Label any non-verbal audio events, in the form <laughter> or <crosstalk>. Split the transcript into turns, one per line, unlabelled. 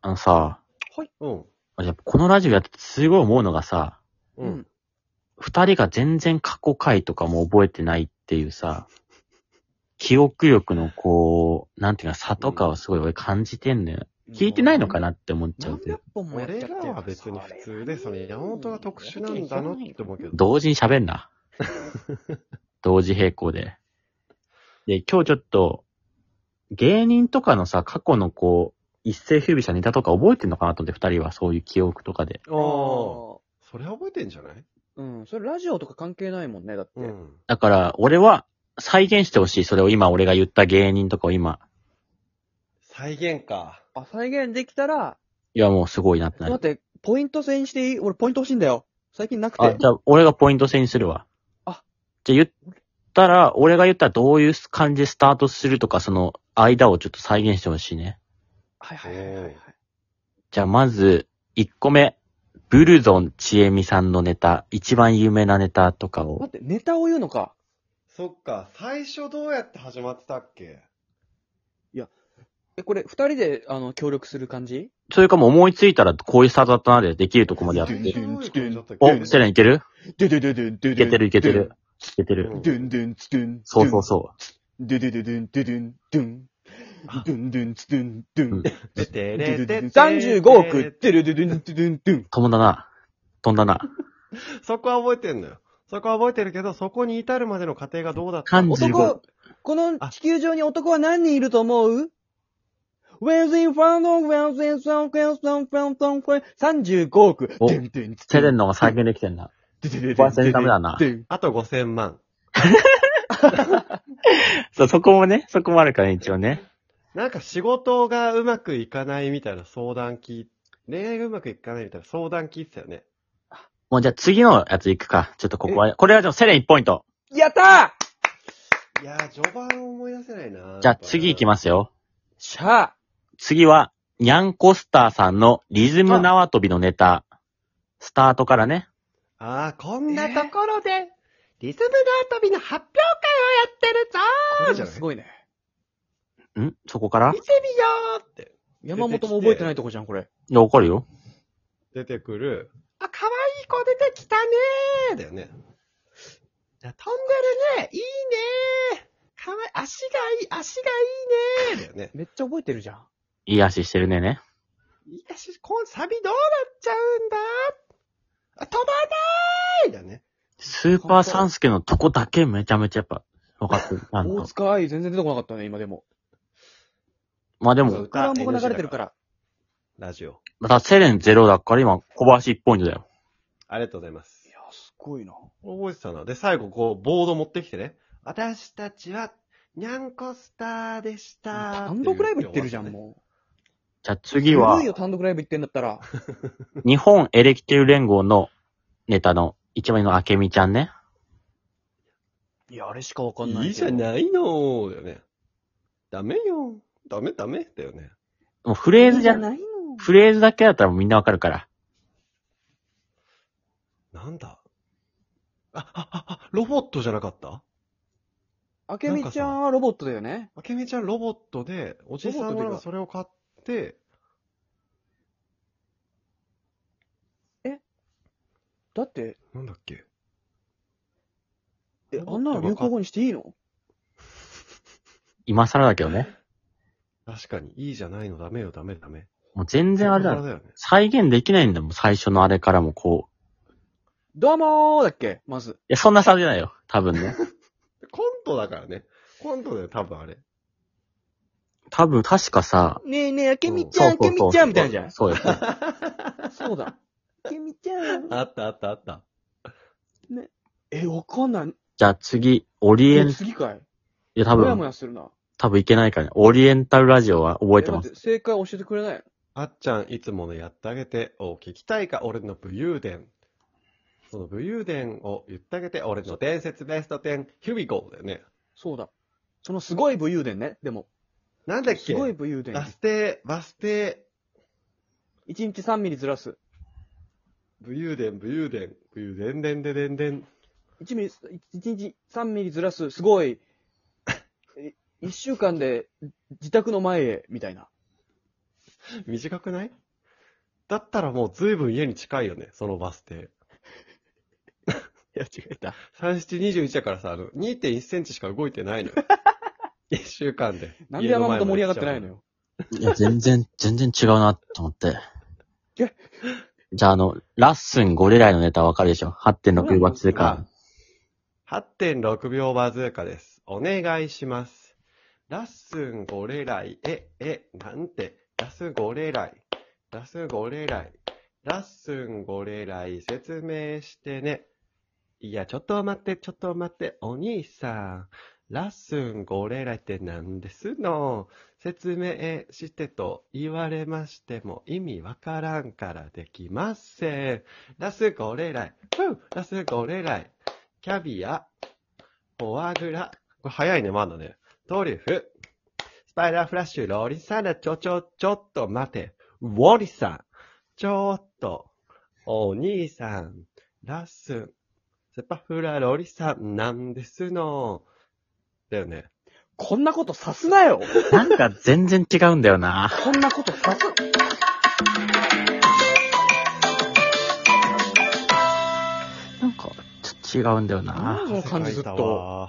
あのさ、
はい。うん。
俺やっぱこのラジオやっててすごい思うのがさ、
う
うんん。
二人が全然過去回とかも覚えてないっていうさ、記憶力のこう、なんていうか差とかをすごい俺感じてんのよ。聞いてないのかなって思っちゃう
何
という
百本もやっ
俺
ちゃって
ら
る。
は別に普通で、その山本が特殊なんだなって思うけど。
同時に喋んな。同時並行で。で、今日ちょっと、芸人とかのさ、過去のこう、一世風靡したネタとか覚えてんのかなと思って、二人はそういう記憶とかで。
ああ。
あ
それ覚えてんじゃない
あ。うん。それラジオとか関係ないもんね、だって。
うん。
だから、俺は、再現してほしい。それを今、俺が言った芸人とかを今。
再現か。
あ、再現できたら、
いや、もうすごいなってな
待っ
る。
て、ポイント制にしていい俺ポイント欲しいんだよ。最近なく
あ、
て
じ。ゃあ、俺がポイント制にするわ。
あ。
じゃあ、言ったら、俺が言ったらどういう感じでスタートするとか、その間をちょっと再現してほしいね。
はいはいはいはいはい。
じゃあ、まず、1個目。ブルゾンちえみさんのネタ、一番有名なネタとか
待
を
っ。て、ネタを言うのか。
そっか、最初どうやって始まってたっけ
え、これ、二人で、あの、協力する感じ
それかもう思いついたら、こういうスタートだったなで、できるとこまでやっ
どう
て。
いう感じだったっけ
お、セレンいける
ドゥドゥドゥドゥドゥ
いけてるいけてる。。いけて
う
る。
ん
ドゥンドゥンツドゥン。
そうそうそう。
う。ドゥドゥドゥドゥンドゥドゥンドゥン。ドゥンドゥンツドゥンドゥ
うん
ン。
でて
ドゥド
れ
ゥド
て
ゥドゥン35億。ドゥルドゥドゥンドゥドゥンドゥン。
飛んだな。飛んだな。
そこは覚えてんのよ。そこは覚えてるけど、そこに至るまでの過程がどうだった
感じ
男
35
男、この地球上に男は何人いると思う ?Where's in front of where's in front of front of front 35億。
お
でんでん
セレンの方が再現できてんな。
でんでんでん
ここはセレンダメだな
でん
あと5000万。
そう、そこもね、そこもあるからね、一応ね。
なんか仕事がうまくいかないみたいな相談聞い、恋愛がうまくいかないみたいな相談聞いてたよね。
もうじゃあ次のやつ行くか。ちょっとここは、これはじゃあセレン1ポイント。
やったー
いやー、序盤を思い出せないな
じゃあ次行き
す。
ますよ。
しゃあ
次は、ニャンコスターさんのリズム縄跳びのネタ。スタートからね。
あー、こんなとこ、
ころで、
リズム縄跳びの発表会をやってるぞ
こ
ー
れ
じゃ
も
ない
すごいね。
んそこから
見てみようって。
山本も覚えてないとこじゃん、これ。
いや、わかるよ。
出てくる。あ、可愛い子出てきたねーだよね。いや飛んでるねいいねーかわいい、足がいい、足がいいねーだよね。
めっちゃ覚えてるじゃん。
いい足してるねね。
いやし、こんサビどうなっちゃうんだあ飛ばないだよね。
スーパーサンスケのとこだけめちゃめちゃやっぱ、分かって <laughs> る。なん
大
と。
塚愛全然出てこなかったね、今でも。
まあでも、
そう
僕からも流れてるから。
ラジオ。
またセレン0だから今、小林1ポイントだよ。
ありがとうございます
い。や、すごいな。
覚えてたな。で、最後、こう、ボード持ってきてね。私たちは、にゃんこスターでした。
単独ライブ行ってるじゃん、
う。
も
じゃあ
う。
次は
古い、よ、単独ライブ行ってんだったら。
日本エレキテル連合のネタの一番上の明美ちゃんね。
いや、あれしかわかんないけど。
いいじゃないのだよね。ダメよ。ダメダメだよね。
もうフレーズじゃん。
ないの
フレーズだけだったらもうみんなわかるから。
なんだあ、あ、あ、あ、ロボットじゃなかった
あけみちゃんはロボットだよね。
あけみちゃんロボットで、おじさんはなんかそれを買って、
だって、
なんだっけ
え、
ロボッ
あん
トが
なの流行語にしていいの
今更だけどね。
確かに、いいじゃないの、ダメよ、ダメ、ダメ。
もう全然あれだ
こ
よ。
こからよね。
再現できないんだもん、最初のあれからもこう。
どうもーだっけまず
い。や、そんな差じゃないよ。多分
<laughs>
ね。
コントだからね。コントだよ、多分あれ。
多分、確かさ、
ねえねえ、あけみち
そ
ゃ、
うん
あ
そ
け
うそう
みちゃんみたいなんじゃない
そうよ。そうよ
そうだ。あけみちゃん。
あった、あった、あった。
え、わかんない。
じゃあ次、オリエ
え、
ン、い
次かい。
や、多
もやも
分、
やするな。
多分いけないからね。オリエンタルラジオは覚えてま
待
す。
って、正解教えてくれない
あっちゃん、いつものやってあげてを聞きたいか、俺の武勇伝。その武勇伝を言ってあげて、俺の伝説ベスト10、ヒュビゴだよね。
そうだ。そのすごい武勇伝ね。でも、
なんだっけ
すごい武勇伝
バ。ス停、バス停、
1日3ミリずらす。
武勇伝、武勇伝、武勇伝、でんでんでんでん。
1ミリ、1日3ミリずらす。すご
<laughs>
い。1週間で自宅の前へ、みたいな。
短くないだったらもう随分家に近いよね、そのバス
<laughs>
停。
いや、違えた。
3721だからさ、あの、2.1センチしか動いてない
<laughs>
のよ。1週間で。
なんで山本盛り上がってないの
よ。
よ。
いや、全然、全然違うなと思って
え。
じゃあ、あの、ラッスンゴレライのネタわかるでしょ ?8.6 バ通
ま
貨。
8.6秒バズーカです。お願いします。ラッスンゴレライ、え、え、なんて、ラスゴレライ、ラスゴレライ、ラッスンゴレライ、説明してね。いや、ちょっと待って、ちょっと待って、お兄さん。ラッスンゴレライって何ですの説明してと言われましても意味わからんからできません。ラスゴレライ、ふうラスゴレライ。キャビア、フォアグラ、これ早いね、まだね。トリュフ、スパイラーフラッシュ、ローリンサラダ、ちょちょ、ちょっと待て、ウォリさん、ちょっと、お兄さん、ラッスン、セパフラロリさんなんですの。だよね。
こんなことさすなよ
なんか全然違うんだよな。
こんなことさす。
なんか、ちょっと違うんだよな。
なんだこの感じず
汗
っ
かいた
と。
わ